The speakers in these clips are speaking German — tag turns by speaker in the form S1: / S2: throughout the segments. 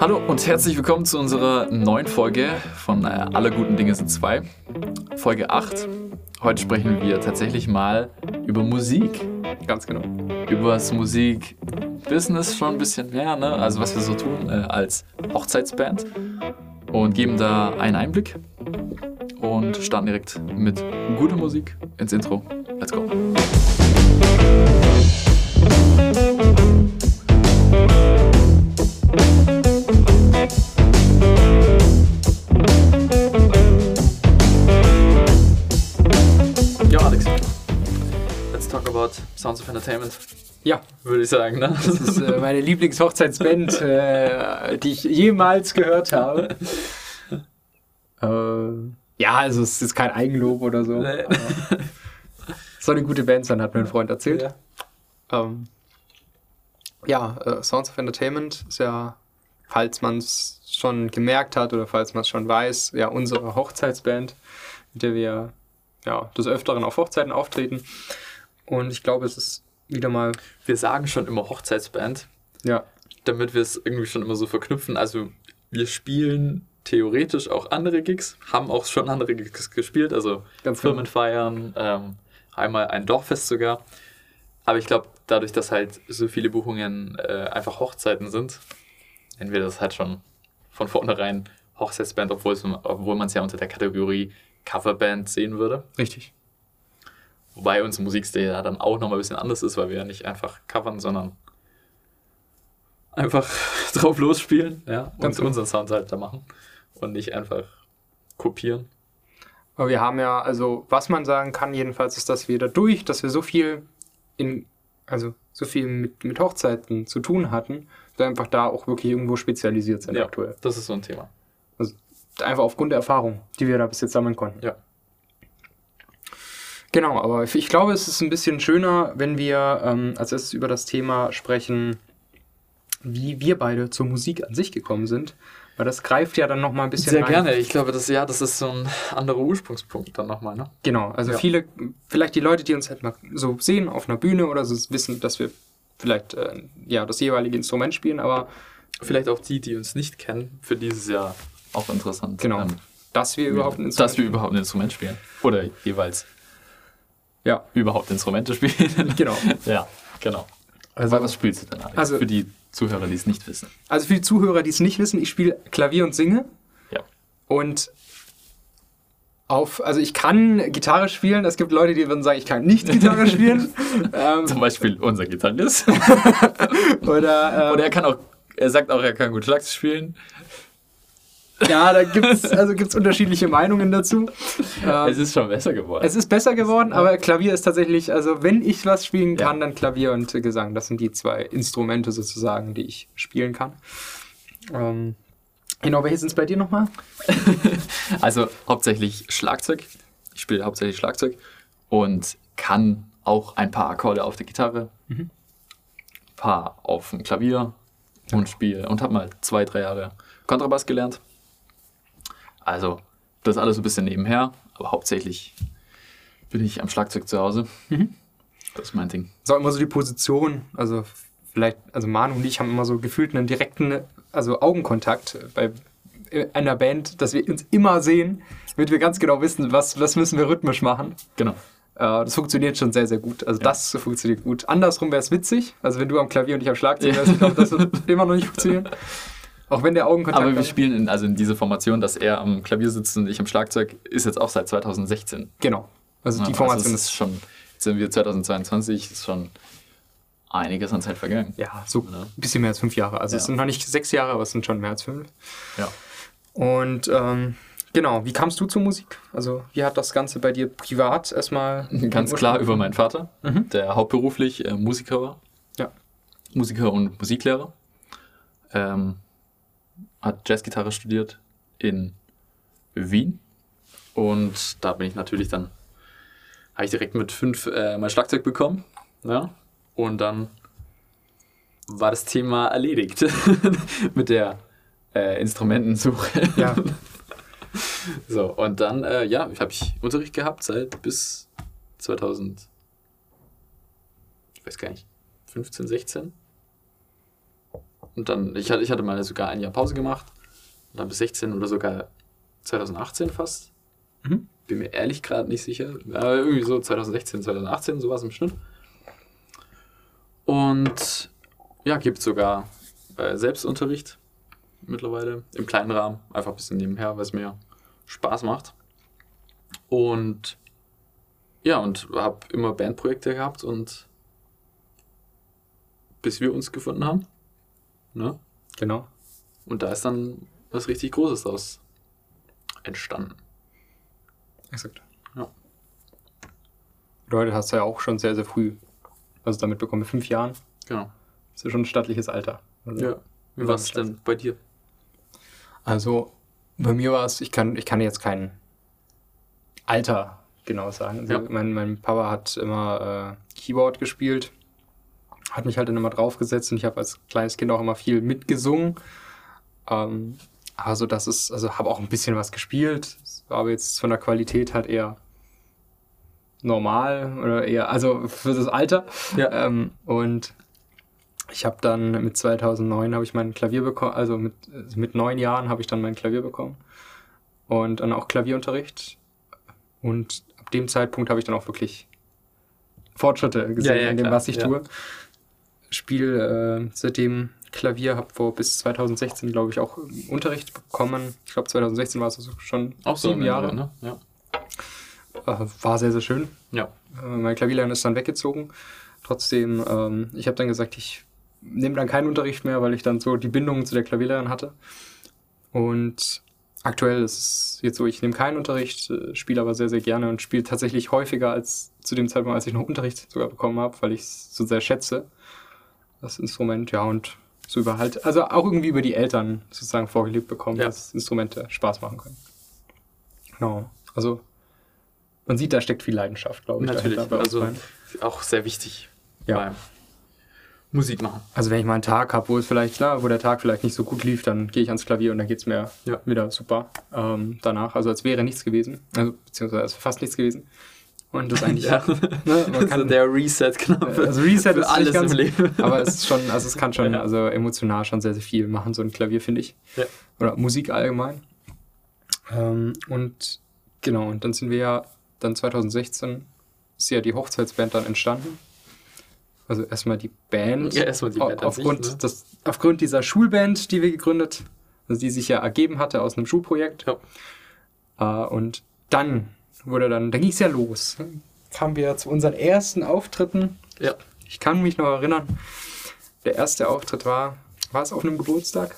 S1: Hallo und herzlich willkommen zu unserer neuen Folge von äh, Alle guten Dinge sind zwei, Folge 8. Heute sprechen wir tatsächlich mal über Musik,
S2: Ganz genau.
S1: über das Musikbusiness schon ein bisschen mehr, ne? also was wir so tun äh, als Hochzeitsband und geben da einen Einblick und starten direkt mit guter Musik ins Intro. Let's go. Ja, Alex. Let's talk about Sounds of Entertainment,
S2: Ja,
S1: würde ich sagen. Ne?
S2: das ist äh, meine Lieblingshochzeitsband, äh, die ich jemals gehört habe. Äh, ja, also es ist kein Eigenlob oder so.
S1: Nee.
S2: aber Es soll eine gute Band sein, hat mir ein Freund erzählt.
S1: Ja.
S2: Ähm, ja, äh, Sounds of Entertainment ist ja, falls man es schon gemerkt hat oder falls man es schon weiß, ja unsere Hochzeitsband, mit der wir ja des Öfteren auf Hochzeiten auftreten. Und ich glaube, es ist wieder mal,
S1: Wir sagen schon immer Hochzeitsband,
S2: ja,
S1: damit wir es irgendwie schon immer so verknüpfen. Also wir spielen theoretisch auch andere Gigs, haben auch schon andere Gigs gespielt, also
S2: ganz genau.
S1: Firmenfeiern, ähm, einmal ein Dorffest sogar. Aber ich glaube, dadurch, dass halt so viele Buchungen äh, einfach Hochzeiten sind, nennen wir das halt schon von vornherein Hochzeitsband, obwohl es- obwohl man es ja unter der Kategorie Coverband sehen würde.
S2: Richtig.
S1: Wobei unser Musikstil ja dann auch nochmal ein bisschen anders ist, weil wir ja nicht einfach covern, sondern einfach drauf losspielen ja, und
S2: Ganz genau.
S1: unseren Sound halt da machen und nicht einfach kopieren.
S2: Aber wir haben ja, also was man sagen kann jedenfalls, ist, dass wir dadurch, dass wir so viel in, also so viel mit, mit Hochzeiten zu tun hatten, wir einfach da auch wirklich irgendwo spezialisiert sind
S1: Ja,
S2: aktuell.
S1: das ist so ein Thema.
S2: Einfach aufgrund der Erfahrung, die wir da bis jetzt sammeln konnten.
S1: Ja.
S2: Genau, aber ich glaube, es ist ein bisschen schöner, wenn wir ähm, als erstes über das Thema sprechen, wie wir beide zur Musik an sich gekommen sind. Weil das greift ja dann nochmal ein bisschen
S1: Sehr
S2: rein.
S1: gerne. Ich glaube, das, ja, das ist so ein anderer Ursprungspunkt dann nochmal. Ne?
S2: Genau, also
S1: Ja.
S2: viele, vielleicht die Leute, die uns halt mal so sehen auf einer Bühne oder so wissen, dass wir vielleicht äh, ja das jeweilige Instrument spielen, aber
S1: Vielleicht auch die, die uns nicht kennen, für dieses Jahr auch interessant.
S2: genau,
S1: ähm,
S2: dass wir überhaupt ein Instrument
S1: dass wir überhaupt ein Instrument spielen. Oder jeweils
S2: Ja,
S1: überhaupt Instrumente spielen.
S2: genau.
S1: ja, genau.
S2: Also,
S1: Weil was spielst du denn, Alex?
S2: Also-
S1: für die Zuhörer, die es nicht wissen.
S2: also für die Zuhörer, die es nicht wissen, ich spiele Klavier und singe
S1: Ja.
S2: und auf, also ich kann Gitarre spielen. Es gibt Leute, die würden sagen, ich kann nicht Gitarre spielen. ähm,
S1: Zum Beispiel unser Gitarrist.
S2: oder, ähm,
S1: Oder er kann auch, er sagt auch, er kann gut Schlags spielen.
S2: ja, da gibt es also gibt's unterschiedliche Meinungen dazu. Ähm,
S1: Es ist schon besser geworden.
S2: Es ist besser geworden, aber Klavier ist tatsächlich, also wenn ich was spielen
S1: Ja.
S2: kann, dann Klavier und äh, Gesang. Das sind die zwei Instrumente sozusagen, die ich spielen kann. Ähm, genau, welche sind es bei dir nochmal?
S1: also hauptsächlich Schlagzeug. Ich spiele hauptsächlich Schlagzeug und kann auch ein paar Akkorde auf der Gitarre, ein paar auf dem Klavier und spiele und habe mal zwei, drei Jahre Kontrabass gelernt. Also das alles ein bisschen nebenher, aber hauptsächlich bin ich am Schlagzeug zu Hause. Das ist mein Ding.
S2: So immer so die Position, also vielleicht, also Manu und ich haben immer so gefühlt einen direkten, also Augenkontakt bei äh, einer Band, dass wir uns immer sehen, damit wir ganz genau wissen, was, was müssen wir rhythmisch machen.
S1: Genau.
S2: Äh, Das funktioniert schon sehr, sehr gut. Also das funktioniert gut. Andersrum wäre es witzig. Also wenn du am Klavier und ich am Schlagzeug wärst, ich glaube, das wird immer noch nicht funktionieren. Auch wenn der Augenkontakt...
S1: Aber wir spielen in, also in diese Formation, dass er am Klavier sitzt und ich am Schlagzeug, ist jetzt auch seit 2016.
S2: genau. Also die
S1: Ja,
S2: Formation
S1: also es
S2: ist...
S1: ist schon, jetzt sind wir 2022, ist schon einiges an Zeit vergangen.
S2: Ja, so
S1: Ne?
S2: ein bisschen mehr als fünf Jahre. Also es
S1: Ja.
S2: sind noch nicht sechs Jahre, aber es sind schon mehr als fünf.
S1: Ja.
S2: Und ähm, genau, wie kamst du zur Musik? Also wie hat das Ganze bei dir privat erstmal...
S1: Ganz klar über meinen Vater, der hauptberuflich äh, Musiker war.
S2: Ja.
S1: Musiker und Musiklehrer. Ähm, hat Jazzgitarre studiert in Wien. Und da bin ich natürlich dann, habe ich direkt mit fünf äh, mein Schlagzeug bekommen. Ja. Und dann war das Thema erledigt mit der äh, Instrumentensuche.
S2: Ja,
S1: So, und dann, äh, ja, ich habe ich Unterricht gehabt seit bis 2000, ich weiß gar nicht, 15, 16. Und dann, ich hatte, ich hatte mal sogar ein Jahr Pause gemacht. Und dann bis 16 oder sogar 2018 fast.
S2: Mhm.
S1: Bin mir ehrlich gerade nicht sicher. Aber irgendwie so 2016, 2018, sowas im Schnitt. Und ja, gibt sogar äh, Selbstunterricht mittlerweile im kleinen Rahmen. Einfach ein bisschen nebenher, weil es mir Spaß macht. Und ja, und habe immer Bandprojekte gehabt und bis wir uns gefunden haben. Ne?
S2: Genau.
S1: Und da ist dann was richtig Großes draus entstanden.
S2: Exakt.
S1: Ja.
S2: Leute hast du ja auch schon sehr, sehr früh. Also damit bekommen wir fünf Jahren.
S1: Genau.
S2: Das ist ja schon ein stattliches Alter. Also,
S1: Ja. Wie war es denn bei dir?
S2: Also bei mir war es, ich kann, ich kann jetzt kein Alter genau sagen. Also
S1: Ja.
S2: mein, mein Papa hat immer äh, Keyboard gespielt, hat mich halt dann immer draufgesetzt und ich habe als kleines Kind auch immer viel mitgesungen. Ähm, also das ist, also habe auch ein bisschen was gespielt, aber jetzt von der Qualität halt eher normal oder eher, also für das Alter.
S1: Ja.
S2: Ähm, und ich habe dann mit 2009 habe ich mein Klavier bekommen, also mit, äh, mit neun Jahren habe ich dann mein Klavier bekommen und dann auch Klavierunterricht. Und ab dem Zeitpunkt habe ich dann auch wirklich Fortschritte gesehen
S1: ja,
S2: in dem,
S1: klar,
S2: was ich
S1: ja.
S2: tue. Spiel äh, seitdem Klavier habe vor bis 2016 glaube ich auch ähm, Unterricht bekommen. Ich glaube 2016 war es also schon
S1: in
S2: sieben
S1: den
S2: Jahre.
S1: Dreh, ne? Ja.
S2: Äh, war sehr sehr schön.
S1: Ja.
S2: Äh, mein Klavierlehrer ist dann weggezogen. Trotzdem, ähm, ich habe dann gesagt, ich nehme dann keinen Unterricht mehr, weil ich dann so die Bindung zu der Klavierlehrerin hatte. Und aktuell ist es jetzt so, ich nehme keinen Unterricht, äh, spiele aber sehr, sehr gerne und spiele tatsächlich häufiger als zu dem Zeitpunkt, als ich noch Unterricht sogar bekommen habe, weil ich es so sehr schätze, das Instrument. Ja, und so über halt, also auch irgendwie über die Eltern sozusagen vorgelebt bekommen,
S1: Ja.
S2: dass Instrumente Spaß machen können. Genau. Also man sieht, da steckt viel Leidenschaft, glaube ich.
S1: Natürlich.
S2: dahinter bei uns
S1: Also
S2: beiden.
S1: auch sehr wichtig
S2: Ja.
S1: beim Musik machen.
S2: Also wenn ich mal einen Tag habe, wo es vielleicht, klar, wo der Tag vielleicht nicht so gut lief, dann gehe ich ans Klavier und dann geht's mir
S1: Ja.
S2: wieder super ähm, danach. Also als wäre nichts gewesen. Also beziehungsweise als wäre fast nichts gewesen. Und das eigentlich.
S1: Ja.
S2: ne, man
S1: Also
S2: kann,
S1: der Reset-Knopf.
S2: also Reset
S1: für
S2: ist
S1: alles
S2: nicht ganz,
S1: im Leben.
S2: Aber es ist schon, also es kann schon,
S1: Ja.
S2: also emotional schon sehr, sehr viel machen, so ein Klavier, finde ich.
S1: Ja.
S2: Oder Musik allgemein. Ähm, und genau, und dann sind wir ja, dann 2016 ist ja die Hochzeitsband dann entstanden. Also erstmal die Band.
S1: Ja, erstmal die Band an
S2: Aufgrund,
S1: sich, ne?
S2: des, aufgrund dieser Schulband, die wir gegründet, also die sich ja ergeben hatte aus einem Schulprojekt. Äh, und dann wurde dann, dann ging es ja los. Kamen wir zu unseren ersten Auftritten.
S1: ja.
S2: Ich kann mich noch erinnern, der erste Auftritt war, war es auf einem Geburtstag?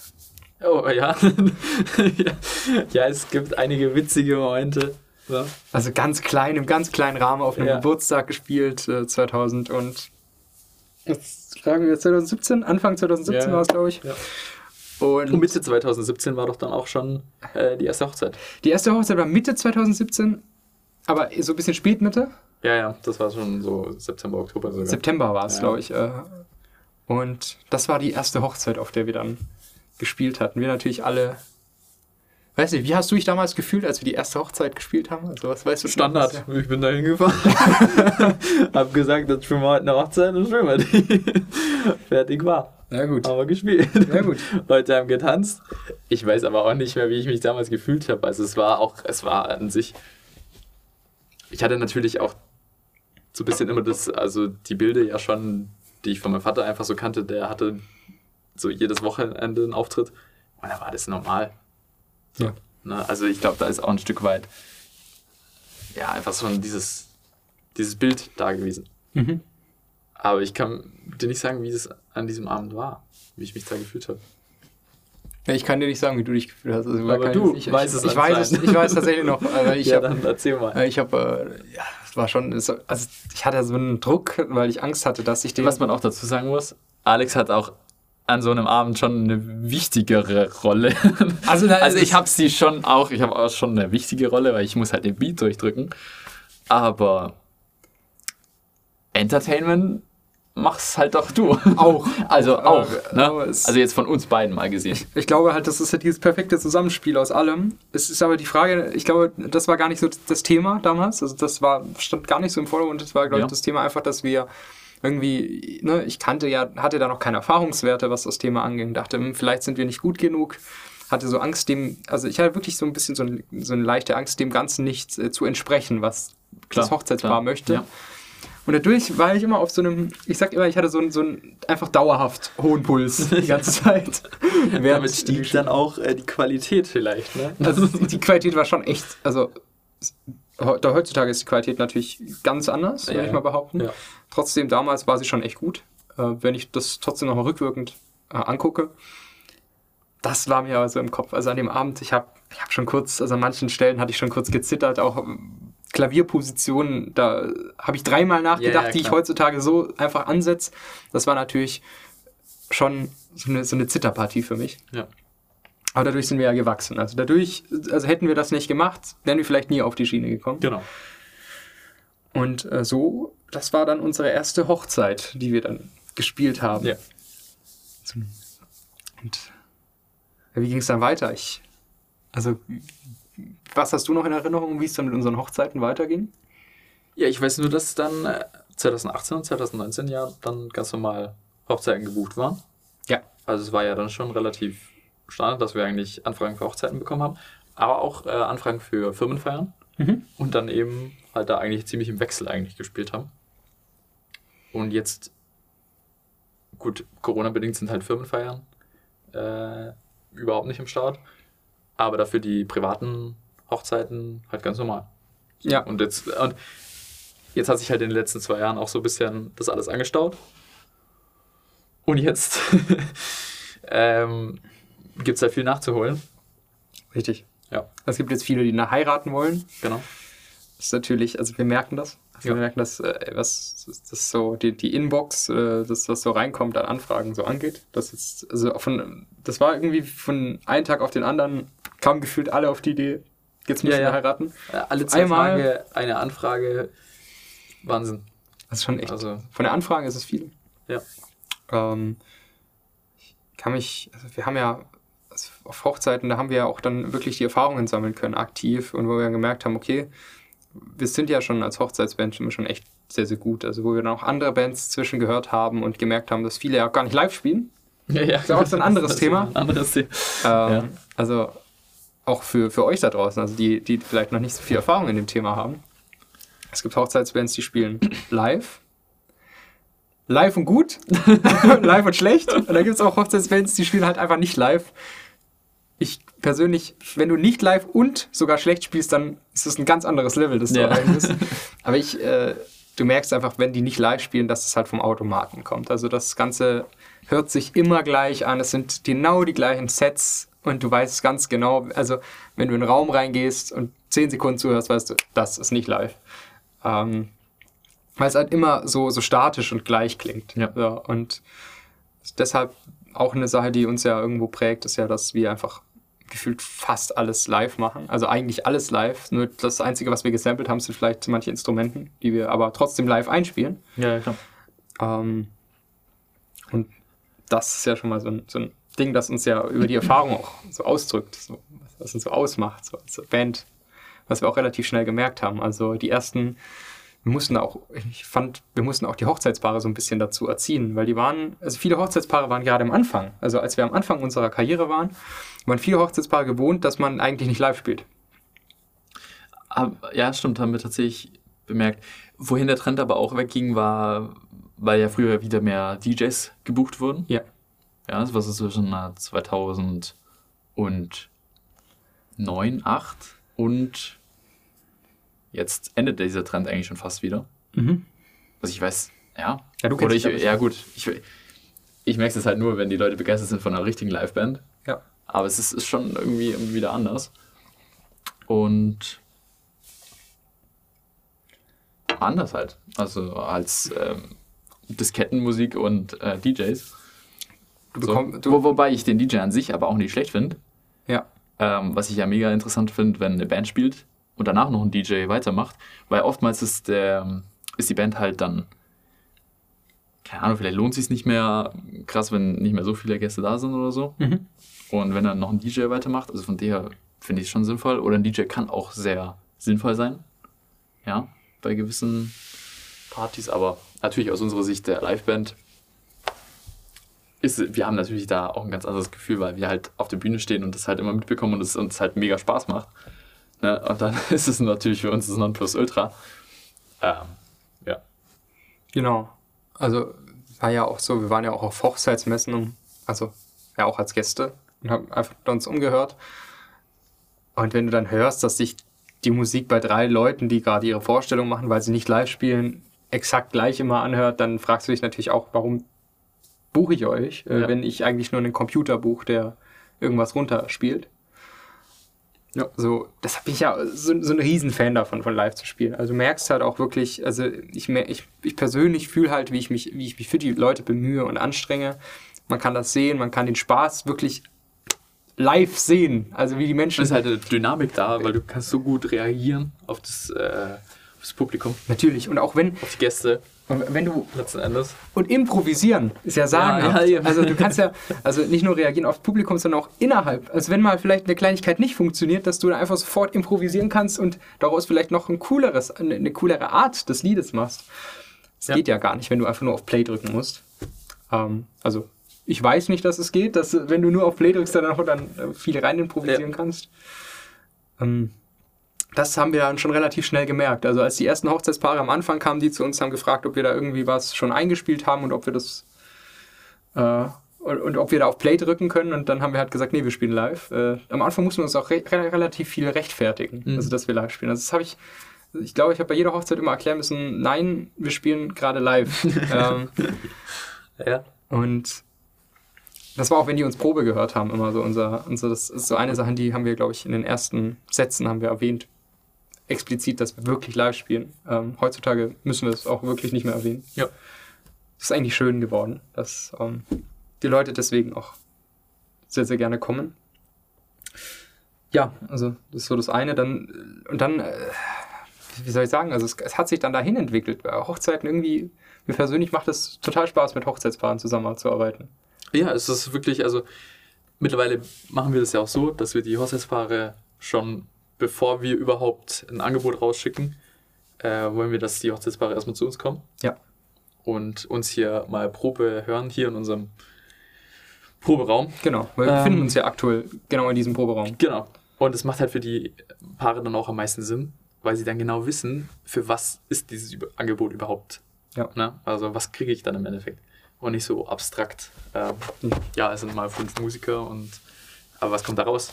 S1: Oh ja. ja, es gibt einige witzige Momente. ne? Ja.
S2: Also ganz klein, im ganz kleinen Rahmen auf einem
S1: Ja.
S2: Geburtstag gespielt, äh, 2000 und jetzt fragen wir 2017, Anfang 2017
S1: Ja.
S2: war es, glaube ich.
S1: Ja.
S2: Und
S1: Und Mitte 2017 war doch dann auch schon äh, die erste Hochzeit.
S2: die erste Hochzeit war Mitte 2017, aber so ein bisschen Spätmitte.
S1: Ja, ja, das war schon so September, Oktober sogar.
S2: September war es,
S1: Ja.
S2: glaube ich. äh, Und das war die erste Hochzeit, auf der wir dann gespielt hatten. Wir natürlich alle. Weiß nicht, wie hast du dich damals gefühlt, als wir die erste Hochzeit gespielt haben? Also, was weißt du? schon?
S1: Standard. Ich bin da hingefahren. Hab gesagt, jetzt spielen wir heute eine Hochzeit und spielen wir die. Fertig war.
S2: Ja, gut.
S1: Haben wir gespielt.
S2: Ja, gut.
S1: Leute haben getanzt. Ich weiß aber auch nicht mehr, wie ich mich damals gefühlt habe. Also es war auch, es war an sich. Ich hatte natürlich auch so ein bisschen immer das, also die Bilder ja schon, die ich von meinem Vater einfach so kannte, der hatte so jedes Wochenende einen Auftritt. Und da war das normal.
S2: Ja.
S1: Ne? Also ich glaube, da ist auch ein Stück weit ja einfach so ein- dieses, dieses Bild da gewesen.
S2: Mhm.
S1: Aber ich kann dir nicht sagen, wie es an diesem Abend war, wie ich mich da gefühlt habe.
S2: Ja, Ich kann dir nicht sagen, wie du dich gefühlt hast. Also,
S1: Aber
S2: kann
S1: du
S2: ich nicht-
S1: weißt
S2: ich,
S1: es
S2: ich weiß es.
S1: anscheinend.
S2: Ich weiß tatsächlich noch. äh, Weil ich
S1: ja,
S2: hab-
S1: dann erzähl mal.
S2: äh, ich habe, äh, ja, es war schon, es- also ich hatte so einen Druck, weil ich Angst hatte, dass ich den.
S1: Was man auch dazu sagen muss, Alex hat auch an so einem Abend schon eine wichtigere Rolle.
S2: Also, da
S1: also
S2: ist
S1: ich
S2: es-
S1: habe sie schon auch, ich habe auch schon eine wichtige Rolle, weil ich muss halt den Beat durchdrücken. Aber Entertainment machst halt doch du.
S2: Auch.
S1: Also auch.
S2: Aber-
S1: Ne?
S2: aber es-
S1: Also jetzt von uns beiden mal gesehen.
S2: Ich glaube halt, das ist ja dieses perfekte Zusammenspiel aus allem. Es ist aber die Frage, ich glaube, das war gar nicht so das Thema damals. Also das war, stand gar nicht so im Vordergrund. Das war, glaube
S1: Ja.
S2: ich, das Thema einfach, dass wir irgendwie, ne, ich kannte ja, hatte da noch keine Erfahrungswerte, was das Thema anging. Dachte, hm, vielleicht sind wir nicht gut genug. Hatte so Angst, dem, also ich hatte wirklich so ein bisschen so, ein, so eine leichte Angst, dem Ganzen nicht äh, zu entsprechen, was
S1: Klar,
S2: das Hochzeitspaar
S1: klar,
S2: möchte.
S1: ja.
S2: Und dadurch war ich immer auf so einem, ich sag immer, ich hatte so einen, so einen einfach dauerhaft hohen Puls die ganze Zeit. Während-
S1: Damit stieg dann auch äh, die Qualität vielleicht, ne?
S2: Also die Qualität war schon echt, also heu- da heutzutage ist die Qualität natürlich ganz anders, würde
S1: Ja,
S2: ich
S1: ja.
S2: mal behaupten.
S1: Ja.
S2: Trotzdem, damals war sie schon echt gut. Äh, wenn ich das trotzdem nochmal rückwirkend äh, angucke, das war mir aber so im Kopf. Also an dem Abend, ich habe ich hab schon kurz, also an manchen Stellen hatte ich schon kurz gezittert, auch ähm, Klavierpositionen, da habe ich dreimal nachgedacht,
S1: ja,
S2: die ich
S1: klar.
S2: heutzutage so einfach ansetze. Das war natürlich schon so eine, so eine Zitterpartie für mich.
S1: Ja.
S2: Aber dadurch sind wir ja gewachsen. Also dadurch, also hätten wir das nicht gemacht, wären wir vielleicht nie auf die Schiene gekommen.
S1: Genau.
S2: Und äh, so, das war dann unsere erste Hochzeit, die wir dann gespielt haben.
S1: Ja.
S2: Und wie ging es dann weiter? Ich, also, was hast du noch in Erinnerung, wie es dann mit unseren Hochzeiten weiterging?
S1: ja, ich weiß nur, dass dann äh, 2018 und 2019 ja dann ganz normal Hochzeiten gebucht waren.
S2: Ja.
S1: Also es war ja dann schon relativ Standard, dass wir eigentlich Anfragen für Hochzeiten bekommen haben, aber auch äh, Anfragen für Firmenfeiern
S2: Mhm.
S1: und dann eben halt da eigentlich ziemlich im Wechsel eigentlich gespielt haben. Und jetzt, gut, Corona-bedingt sind halt Firmenfeiern äh, überhaupt nicht im Start, aber dafür die privaten Hochzeiten halt ganz normal.
S2: Ja.
S1: Und jetzt, und jetzt hat sich halt in den letzten zwei Jahren auch so ein bisschen das alles angestaut. Und jetzt ähm, gibt es da viel nachzuholen.
S2: Richtig.
S1: Ja,
S2: Es gibt jetzt viele, die nach heiraten wollen.
S1: genau.
S2: Das ist natürlich, also wir merken das. Also
S1: Ja.
S2: Wir merken, dass äh, was das ist so die, die Inbox, äh, das, was so reinkommt an Anfragen so angeht. Das jetzt, also von das war irgendwie von einem Tag auf den anderen, kamen gefühlt alle auf die Idee, jetzt müssen
S1: Ja, ja.
S2: wir heiraten.
S1: Äh, Alle zwei
S2: Einmal-
S1: Tage eine Anfrage. Wahnsinn.
S2: Das ist schon echt.
S1: Also,
S2: Von der Anfrage ist es viel.
S1: ja.
S2: Ähm, ich kann mich, also wir haben ja also auf Hochzeiten, da haben wir ja auch dann wirklich die Erfahrungen sammeln können, aktiv und wo wir gemerkt haben, okay, wir sind ja schon als Hochzeitsband schon, schon echt sehr, sehr gut. Also wo wir dann auch andere Bands zwischen gehört haben und gemerkt haben, dass viele ja auch gar nicht live spielen.
S1: ja, ja.
S2: ist auch so ein anderes
S1: Das ist
S2: Thema.
S1: Ein anderes Thema.
S2: Ähm,
S1: Ja.
S2: Also auch für, für euch da draußen, also die, die vielleicht noch nicht so viel Erfahrung in dem Thema haben. Es gibt Hochzeitsbands, die spielen live. Live und gut, live und schlecht. Und dann gibt es auch Hochzeitsbands, die spielen halt einfach nicht live. Ich persönlich, wenn du nicht live und sogar schlecht spielst, dann ist es ein ganz anderes Level, das du
S1: Ja.
S2: rein bist. Aber ich, äh, du merkst einfach, wenn die nicht live spielen, dass es halt vom Automaten kommt. Also das Ganze hört sich immer gleich an. Es sind genau die gleichen Sets und du weißt ganz genau, also wenn du in den Raum reingehst und zehn Sekunden zuhörst, weißt du, das ist nicht live. Ähm, weil es halt immer so, so statisch und gleich klingt.
S1: Ja.
S2: und deshalb auch eine Sache, die uns ja irgendwo prägt, ist ja, dass wir einfach gefühlt fast alles live machen. Also eigentlich alles live. Nur das Einzige, was wir gesampelt haben, sind vielleicht manche Instrumenten, die wir aber trotzdem live einspielen.
S1: Ja, klar.
S2: Ähm, und das ist ja schon mal so ein, so ein Ding, das uns ja über die Erfahrung auch so ausdrückt, so, was uns so ausmacht, so als Band, was wir auch relativ schnell gemerkt haben. Also die ersten, wir mussten auch, ich fand, wir mussten auch die Hochzeitspaare so ein bisschen dazu erziehen, weil die waren, also viele Hochzeitspaare waren gerade am Anfang. Also als wir am Anfang unserer Karriere waren, waren viele Hochzeitspaare gewohnt, dass man eigentlich nicht live spielt.
S1: Aber, Ah, ja, stimmt, haben wir tatsächlich bemerkt. Wohin der Trend aber auch wegging, war, weil ja früher wieder mehr DJs gebucht wurden.
S2: Ja.
S1: Ja, das war so zwischen äh, 2009, 8 und jetzt endet dieser Trend eigentlich schon fast wieder.
S2: Mhm.
S1: Also ich weiß, ja.
S2: Ja, du kennst
S1: Oder
S2: dich
S1: ich,
S2: damit.
S1: ja gut, ich, ich merke es halt nur, wenn die Leute begeistert sind von einer richtigen Liveband.
S2: Ja.
S1: Aber es ist, ist schon irgendwie, irgendwie wieder anders. Und anders halt. Also als ähm, Diskettenmusik und äh, DJs.
S2: Du
S1: So.
S2: bekommst,
S1: Wo, wobei ich den DJ an sich aber auch nicht schlecht finde.
S2: ja.
S1: Ähm, was ich ja mega interessant finde, wenn eine Band spielt und danach noch ein DJ weitermacht. Weil oftmals ist, der, ist die Band halt dann, keine Ahnung, vielleicht lohnt sich nicht mehr krass, wenn nicht mehr so viele Gäste da sind oder so.
S2: Mhm.
S1: Und wenn dann noch ein DJ weitermacht, also von daher finde ich es schon sinnvoll. Oder ein DJ kann auch sehr sinnvoll sein. Ja, bei gewissen Partys, aber natürlich aus unserer Sicht der Liveband ist, wir haben natürlich da auch ein ganz anderes Gefühl, weil wir halt auf der Bühne stehen und das halt immer mitbekommen und es uns halt mega Spaß macht. Ne? Und dann ist es natürlich für uns das Nonplusultra. Ähm, ja.
S2: Genau. Also war ja auch so, wir waren ja auch auf Hochzeitsmessen, um- also ja auch als Gäste und haben einfach uns umgehört. Und wenn du dann hörst, dass sich die Musik bei drei Leuten, die gerade ihre Vorstellung machen, weil sie nicht live spielen, exakt gleich immer anhört, dann fragst du dich natürlich auch, warum buche ich euch, äh,
S1: Ja.
S2: wenn ich eigentlich nur einen Computer buche, der irgendwas runterspielt. Ja, so, deshalb bin ich ja so, so ein Riesenfan davon, von live zu spielen. Also du merkst halt auch wirklich, also ich, mer- ich, ich persönlich fühle halt, wie ich, mich, wie ich mich für die Leute bemühe und anstrenge. Man kann das sehen, man kann den Spaß wirklich live sehen. Also wie die Menschen
S1: Es ist halt eine Dynamik da, weil du kannst so gut reagieren auf das, äh, auf das Publikum,
S2: Natürlich. Und auch wenn,
S1: auf die Gäste
S2: und wenn du.
S1: letzten Endes.
S2: Und improvisieren ist ja sagen.
S1: Ja, ja, eben.
S2: also du kannst ja also nicht nur reagieren auf Publikum, sondern auch innerhalb. Also wenn mal vielleicht eine Kleinigkeit nicht funktioniert, dass du dann einfach sofort improvisieren kannst und daraus vielleicht noch ein cooleres, eine, eine coolere Art des Liedes machst. Das
S1: Ja.
S2: geht ja gar nicht, wenn du einfach nur auf Play drücken musst. Ähm, also ich weiß nicht, dass es geht, dass äh, wenn du nur auf Play drückst, dann auch dann äh, viel rein improvisieren kannst. Ähm, das haben wir dann schon relativ schnell gemerkt. Also als die ersten Hochzeitspaare am Anfang kamen, die zu uns haben gefragt, ob wir da irgendwie was schon eingespielt haben und ob wir das äh, und, und ob wir da auf Play drücken können. Und dann haben wir halt gesagt, nee, wir spielen live. Äh, am Anfang mussten wir uns auch re re relativ viel rechtfertigen,
S1: Mhm.
S2: also dass wir live spielen. Also das habe ich, ich glaube, ich habe bei jeder Hochzeit immer erklären müssen, nein, wir spielen gerade live. ähm,
S1: Ja.
S2: und das war auch, wenn die uns Probe gehört haben, immer so unser, unser das ist so eine Sache, die haben wir, glaube ich, in den ersten Sätzen haben wir erwähnt, explizit, dass wir wirklich live spielen. Ähm, heutzutage müssen wir es auch wirklich nicht mehr erwähnen.
S1: Ja.
S2: Das ist eigentlich schön geworden, dass ähm, die Leute deswegen auch sehr, sehr gerne kommen. Ja, also das ist so das eine. Dann, und dann, äh, wie soll ich sagen, also es, es hat sich dann dahin entwickelt. Bei Hochzeiten irgendwie, mir persönlich macht es total Spaß, mit Hochzeitspaaren zusammenzuarbeiten.
S1: Ja, es ist wirklich, also mittlerweile machen wir das ja auch so, dass wir die Hochzeitspaare schon, bevor wir überhaupt ein Angebot rausschicken, äh, wollen wir, dass die Hochzeitspaare erstmal zu uns kommen.
S2: Ja.
S1: Und uns hier mal Probe hören, hier in unserem Proberaum.
S2: Genau, weil wir
S1: Ähm.
S2: befinden uns ja aktuell genau in diesem Proberaum.
S1: Genau. Und es macht halt für die Paare dann auch am meisten Sinn, weil sie dann genau wissen, für was ist dieses Über- Angebot überhaupt.
S2: Ja.
S1: Ne? Also was kriege ich dann im Endeffekt? Und nicht so abstrakt. Ähm,
S2: Mhm.
S1: Ja, es sind mal fünf Musiker und aber was kommt da raus?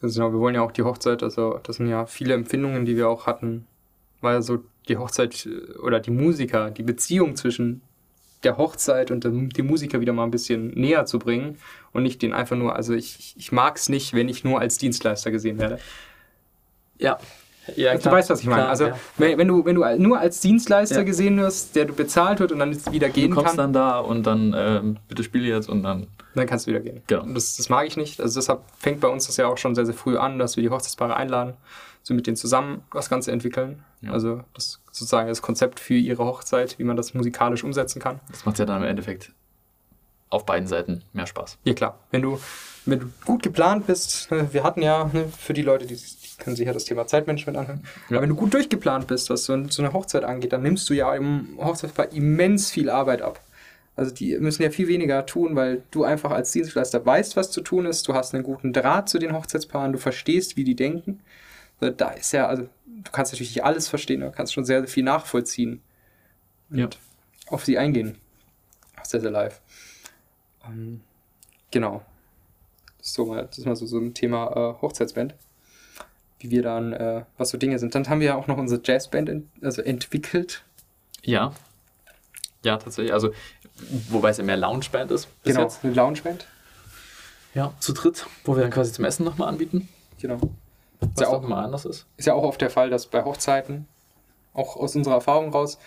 S2: Also genau, wir wollen ja auch die Hochzeit, also das sind ja viele Empfindungen, die wir auch hatten. War ja so die Hochzeit äh, oder die Musiker, die Beziehung zwischen der Hochzeit und dem, dem Musiker wieder mal ein bisschen näher zu bringen und nicht den einfach nur, also ich, ich mag es nicht, wenn ich nur als Dienstleister gesehen werde.
S1: Ja. ja
S2: du weißt, was ich meine.
S1: Klar,
S2: also
S1: ja.
S2: wenn, wenn, du, wenn du nur als Dienstleister
S1: Ja.
S2: gesehen wirst, der du bezahlt wird und dann jetzt wieder
S1: Du
S2: gehen
S1: kommst dann
S2: kann,
S1: da und dann ähm, bitte spiel jetzt und dann.
S2: dann kannst du wieder gehen.
S1: Genau.
S2: Und Das, das mag ich nicht. Also deshalb fängt bei uns das ja auch schon sehr, sehr früh an, dass wir die Hochzeitspaare einladen, so mit denen zusammen das Ganze entwickeln.
S1: Ja.
S2: Also das sozusagen das Konzept für ihre Hochzeit, wie man das musikalisch umsetzen kann.
S1: Das macht ja dann im Endeffekt auf beiden Seiten mehr Spaß.
S2: Ja klar, wenn du, wenn du gut geplant bist, ne, wir hatten ja ne, für die Leute, die, die können sich ja das Thema Zeitmanagement anhören,
S1: Ja.
S2: aber wenn du gut durchgeplant bist, was so, ein- so eine Hochzeit angeht, dann nimmst du ja im Hochzeitspaar immens viel Arbeit ab. Also die müssen ja viel weniger tun, weil du einfach als Dienstleister weißt, was zu tun ist, du hast einen guten Draht zu den Hochzeitspaaren, du verstehst, wie die denken. So, Da ist ja, also du kannst natürlich nicht alles verstehen, aber kannst schon sehr, sehr viel nachvollziehen und
S1: Ja.
S2: auf sie eingehen. Auch sehr, sehr live. Ähm, genau. Das ist, so mal, das ist mal so, so ein Thema äh, Hochzeitsband. Wie wir dann, äh, was so Dinge sind. Dann haben wir ja auch noch unsere Jazzband ent also entwickelt.
S1: Ja. Ja, tatsächlich. Also, wobei es ja mehr Lounge-Band ist bis
S2: genau,
S1: jetzt.
S2: eine Loungeband.
S1: Ja, zu dritt, wo wir dann quasi zum Essen nochmal anbieten,
S2: Genau.
S1: was
S2: ja
S1: ja auch
S2: auch-
S1: nochmal anders ist.
S2: Ist ja auch oft der Fall, dass bei Hochzeiten, auch aus unserer Erfahrung raus,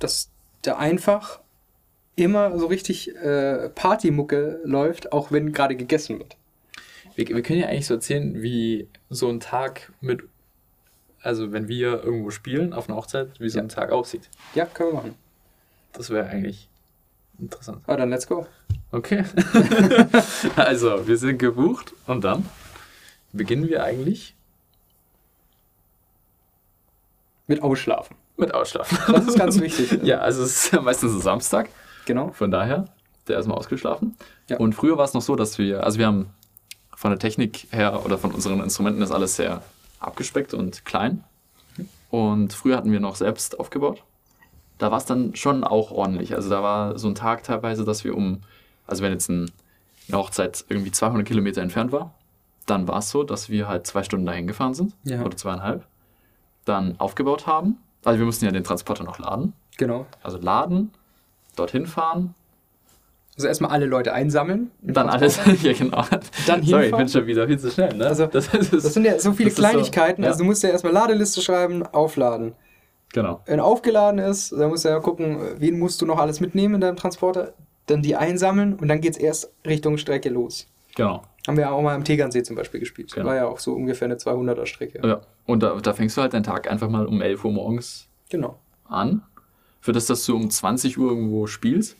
S2: dass da einfach immer so richtig äh, Partymucke läuft, auch wenn gerade gegessen wird.
S1: Wir, wir können ja eigentlich so erzählen, wie so ein Tag mit, also wenn wir irgendwo spielen auf einer Hochzeit, wie so
S2: Ja.
S1: ein Tag aussieht.
S2: Ja, können wir machen.
S1: Das wäre eigentlich interessant.
S2: Ah, dann let's go.
S1: Okay. also, wir sind gebucht und dann beginnen wir eigentlich
S2: Mit Ausschlafen.
S1: mit Ausschlafen.
S2: Das ist ganz wichtig.
S1: ja, also es ist ja meistens ein Samstag.
S2: Genau.
S1: Von daher, der ist mal ausgeschlafen.
S2: Ja.
S1: Und früher war es noch so, dass wir, also wir haben von der Technik her oder von unseren Instrumenten ist alles sehr abgespeckt und klein. Und früher hatten wir noch selbst aufgebaut. Da war es dann schon auch ordentlich. Also da war so ein Tag teilweise, dass wir um, also wenn jetzt ein, eine Hochzeit irgendwie 200 Kilometer entfernt war, dann war es so, dass wir halt zwei Stunden dahin gefahren sind
S2: Ja.
S1: oder zweieinhalb, dann aufgebaut haben. Also wir mussten ja den Transporter noch laden.
S2: Genau.
S1: Also laden, dorthin fahren,
S2: Also erstmal alle Leute einsammeln.
S1: dann alles. ja, genau.
S2: Dann
S1: Sorry, ich
S2: hinfahren.
S1: bin schon wieder viel zu schnell, ne?
S2: Also,
S1: ist,
S2: Das sind ja so viele
S1: das ist so-
S2: Kleinigkeiten.
S1: ja.
S2: Also du musst ja erstmal Ladeliste schreiben, aufladen.
S1: Genau.
S2: Wenn aufgeladen ist, dann musst du ja gucken, wen musst du noch alles mitnehmen in deinem Transporter, dann die einsammeln und dann geht's erst Richtung Strecke los.
S1: Genau.
S2: Haben wir ja auch mal am Tegernsee zum Beispiel gespielt.
S1: Genau.
S2: War ja auch so ungefähr eine 200er Strecke.
S1: Ja. Und da, da fängst du halt deinen Tag einfach mal um 11 Uhr morgens
S2: Genau.
S1: an. Für das, dass du um 20 Uhr irgendwo spielst.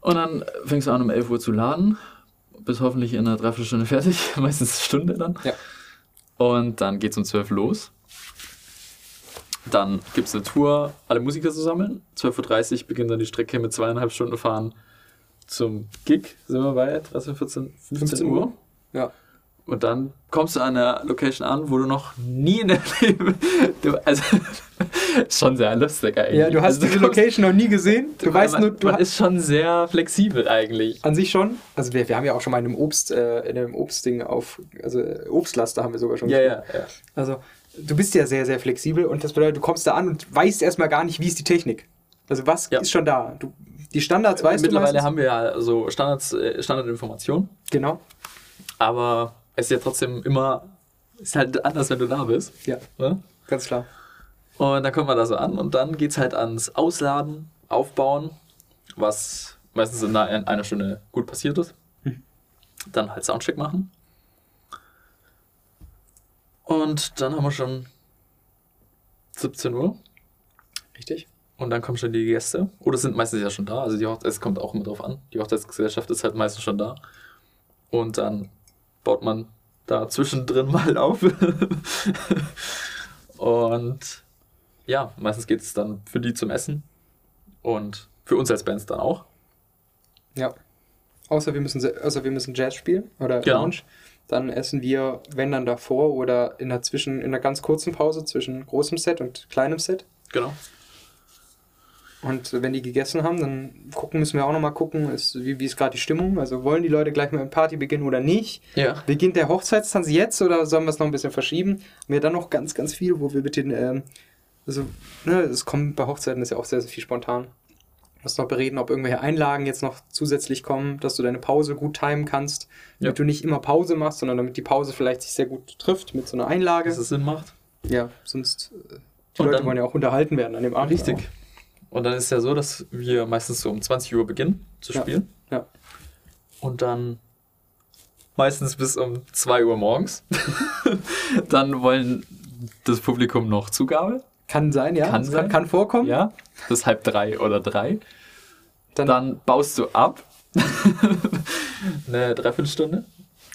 S1: Und dann fängst du an, um 11 Uhr zu laden. Bist hoffentlich in einer Dreiviertelstunde fertig. Meistens eine Stunde dann.
S2: Ja.
S1: Und dann geht's um 12 Uhr los. Dann gibt's eine Tour, alle Musiker zu sammeln. 12.30 Uhr beginnt dann die Strecke mit zweieinhalb Stunden Fahren zum Gig. Sind wir bei 13, 14, 15,
S2: 15
S1: Uhr.
S2: Uhr. Ja.
S1: Und dann kommst du an einer Location an, wo du noch nie in deinem Leben. Du, also, schon sehr lustig eigentlich.
S2: Ja, du hast
S1: also,
S2: diese
S1: kommst-
S2: Location noch nie gesehen. Du weißt
S1: man,
S2: nur, du
S1: man
S2: hast
S1: ist schon sehr flexibel eigentlich.
S2: an sich schon. Also wir, wir haben ja auch schon mal in einem Obst, äh, in einem Obstding auf, also äh, Obstlaster haben wir sogar schon
S1: Ja,
S2: gespielt.
S1: ja, ja.
S2: Also, du bist ja sehr, sehr flexibel und das bedeutet, du kommst da an und weißt erstmal gar nicht, wie ist die Technik. Also, was
S1: Ja. Äh,
S2: ist schon da? Du, die Standards weißt du
S1: Mittlerweile
S2: meistens.
S1: haben wir ja so Standards, äh, Standardinformationen,
S2: Genau,
S1: aber es ist ja trotzdem immer. Ist halt anders, wenn du da bist.
S2: ja,
S1: Ne?
S2: ganz klar.
S1: Und dann kommt man da so an und dann geht's halt ans Ausladen, Aufbauen, was meistens in einer- in einer Stunde gut passiert ist. Dann halt Soundcheck machen. Und dann haben wir schon 17 Uhr
S2: Richtig?
S1: und dann kommen schon die Gäste. Oder sind meistens ja schon da. Also die Hochzeit, es kommt auch immer drauf an. Die Hochzeitsgesellschaft ist halt meistens schon da. Und dann baut man da zwischendrin mal auf. und ja, meistens geht es dann für die zum Essen. Und für uns als Bands dann auch.
S2: Ja. Außer wir müssen, se- außer wir müssen Jazz spielen oder
S1: Genau.
S2: Lounge. Dann essen wir, wenn dann davor oder in der zwischen, in einer ganz kurzen Pause zwischen großem Set und kleinem Set.
S1: Genau.
S2: Und wenn die gegessen haben, dann gucken, müssen wir auch nochmal gucken, ist, wie, wie ist gerade die Stimmung. Also wollen die Leute gleich mit einer Party beginnen oder nicht?
S1: Ja.
S2: Beginnt der Hochzeitstanz jetzt oder sollen wir es noch ein bisschen verschieben? Haben wir dann noch ganz, ganz viel, wo wir mit den, ähm, also, ne, es kommen bei Hochzeiten ist ja auch sehr, sehr viel spontan. Du musst noch bereden, ob irgendwelche Einlagen jetzt noch zusätzlich kommen, dass du deine Pause gut timen kannst, damit
S1: Ja.
S2: du nicht immer Pause machst, sondern damit die Pause vielleicht sich sehr gut trifft mit so einer Einlage.
S1: Dass es Sinn macht.
S2: ja, sonst, äh, die
S1: Und
S2: Leute
S1: dann-
S2: wollen ja auch unterhalten werden an dem Abend. auch.
S1: Richtig. Und dann ist ja so, dass wir meistens so um 20 Uhr beginnen zu
S2: Ja.
S1: spielen.
S2: Ja.
S1: Und dann meistens bis um 2 Uhr morgens. dann wollen das Publikum noch Zugabe.
S2: Kann sein, ja.
S1: Kann
S2: Es
S1: sein.
S2: Kann, kann vorkommen.
S1: Ja. Bis halb drei oder drei.
S2: Dann,
S1: Dann baust du ab. eine Dreiviertelstunde.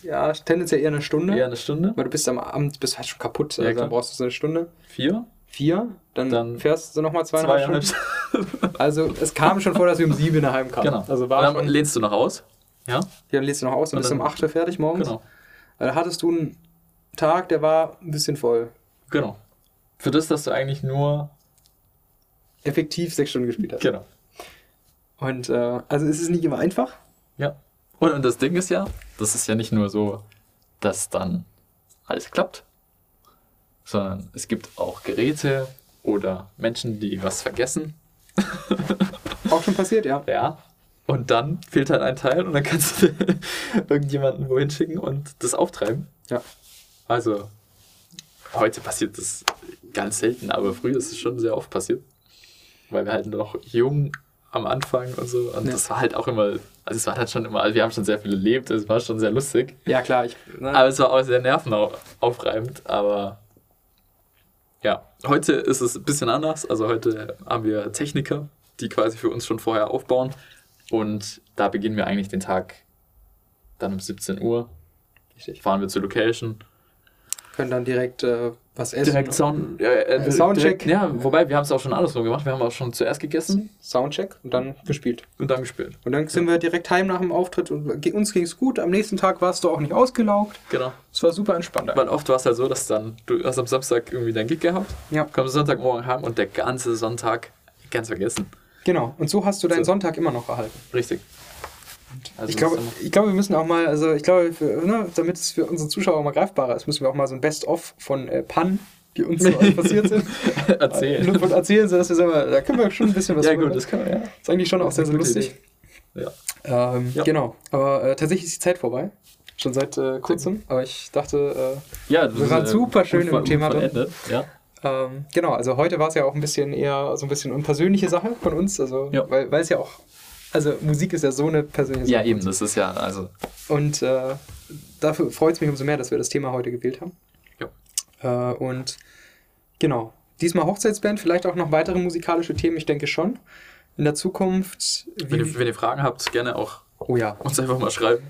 S2: ja, tendenziell eher eine Stunde.
S1: Eher eine Stunde.
S2: Weil du bist am Abend, bist halt schon kaputt.
S1: Ja,
S2: also
S1: klar.
S2: dann brauchst du so eine Stunde.
S1: Vier.
S2: Vier, dann,
S1: Dann
S2: fährst du nochmal zweieinhalb
S1: Zwei
S2: Stunden. Also es kam schon vor, dass wir um sieben daheim kamen.
S1: Genau.
S2: Also war
S1: und dann
S2: schon,
S1: lädst du noch aus. Ja.
S2: ja, dann lädst du noch aus und,
S1: und
S2: bist
S1: dann-
S2: um acht Uhr fertig morgens.
S1: Genau.
S2: Also, da hattest du einen Tag, der war ein bisschen voll.
S1: Genau. Für das, dass du eigentlich nur.
S2: Effektiv sechs Stunden gespielt hast.
S1: Genau.
S2: Und äh, also es ist nicht immer einfach.
S1: Ja. Und, und das Ding ist ja, das ist ja nicht nur so, dass dann alles klappt, sondern es gibt auch Geräte oder Menschen, die was vergessen.
S2: Auch schon passiert, ja.
S1: Ja. Und dann fehlt halt ein Teil und dann kannst du irgendjemanden wohin schicken und das auftreiben.
S2: Ja.
S1: Also, heute passiert das ganz selten, aber früher ist es schon sehr oft passiert. Weil wir halt noch jung am Anfang und so. Und
S2: Ja.
S1: das war halt auch immer, also es war halt schon immer, also wir haben schon sehr viel erlebt, es war schon sehr lustig.
S2: Ja, klar. Ich, ne?
S1: Aber es war auch sehr nervenaufreibend, aber ja, heute ist es ein bisschen anders. Also heute haben wir Techniker, die quasi für uns schon vorher aufbauen und da beginnen wir eigentlich den Tag dann um 17 Uhr.
S2: Richtig.
S1: Fahren wir zur Location
S2: Können dann direkt äh, was essen.
S1: Direkt Sound, ja, äh,
S2: Soundcheck.
S1: Direkt, ja, wobei wir haben es auch schon andersrum gemacht. Wir haben auch schon zuerst gegessen
S2: Soundcheck und dann
S1: Mhm.
S2: gespielt.
S1: und dann gespielt.
S2: Und dann sind wir direkt heim nach dem Auftritt und ge- uns ging es gut. Am nächsten Tag warst du auch nicht ausgelaugt.
S1: Genau.
S2: Es war super entspannt.
S1: Weil oft war es halt so, dass dann, du hast am Samstag irgendwie dein Gig gehabt,
S2: Ja,
S1: kommst Sonntagmorgen heim und der ganze Sonntag ganz vergessen.
S2: genau. Und so hast du deinen
S1: So.
S2: Sonntag immer noch erhalten.
S1: Richtig. Also
S2: Ich glaube,
S1: das ist
S2: ich glaube, wir müssen auch mal, also ich glaube, für, ne, damit es für unsere Zuschauer auch mal greifbarer ist, müssen wir auch mal so ein Best-of von äh, Pannen, die uns so passiert sind,
S1: immer- erzählen.
S2: nur von erzählen, sodass wir sagen, mal, da können wir schon ein bisschen was
S1: Ja,
S2: drüber-
S1: gut, das kann man, ja.
S2: Ist eigentlich schon auch sehr, sehr
S1: Gute
S2: lustig.
S1: Idee. Ja.
S2: Ähm,
S1: Ja.
S2: Genau. Aber äh, tatsächlich ist die Zeit vorbei. Schon seit äh, kurzem. Aber ich dachte, äh,
S1: Ja,
S2: Wir waren super schön im
S1: unver-
S2: Thema drin.
S1: unvollendet, Ja.
S2: äh, ähm, genau, also heute war es ja auch ein bisschen eher so ein bisschen unpersönliche Sache von uns. Also,
S1: Ja.
S2: weil, weil es ja auch, also Musik ist ja so eine persönliche Sache.
S1: ja, eben, das ist ja, also,
S2: Und äh, dafür freut es mich umso mehr, dass wir das Thema heute gewählt haben. Äh, und genau, diesmal Hochzeitsband, vielleicht auch noch weitere musikalische Themen, ich denke schon. In der Zukunft.
S1: wenn, ihr, wenn ihr Fragen habt, gerne auch
S2: oh ja.
S1: uns einfach mal schreiben.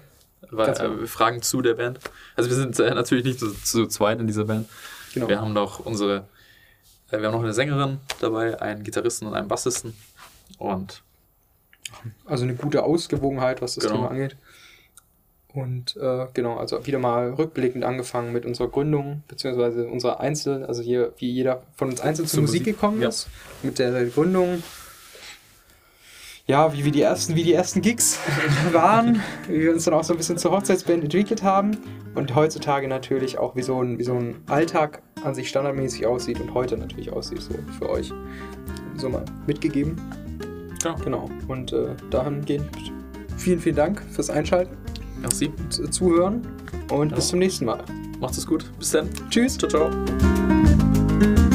S1: Weil,
S2: Ganz
S1: äh, Fragen zu der Band. Also wir sind äh, natürlich nicht zu, zu zweit in dieser Band.
S2: Genau.
S1: Wir haben noch unsere, äh, wir haben noch eine Sängerin dabei, einen Gitarristen und einen Bassisten. Und
S2: Also eine gute Ausgewogenheit, was das
S1: Genau.
S2: Thema angeht. Und äh, genau, also wieder mal rückblickend angefangen mit unserer Gründung, beziehungsweise unserer Einzel, also hier, wie jeder von uns einzeln zur
S1: Zur
S2: Musik,
S1: Musik,
S2: gekommen
S1: ja.
S2: ist, mit der Gründung. Ja, wie wir die ersten, wie die ersten Gigs waren, wie wir uns dann auch so ein bisschen zur Hochzeitsband entwickelt haben und heutzutage natürlich auch, wie so ein, wie so ein Alltag an sich standardmäßig aussieht und heute natürlich aussieht, so für euch so mal mitgegeben.
S1: Genau.
S2: Genau. Und äh, dahingehend vielen, vielen Dank fürs Einschalten,
S1: merci.
S2: z- Zuhören und bis zum nächsten Mal.
S1: Macht es gut. Bis dann.
S2: Tschüss.
S1: Ciao, ciao.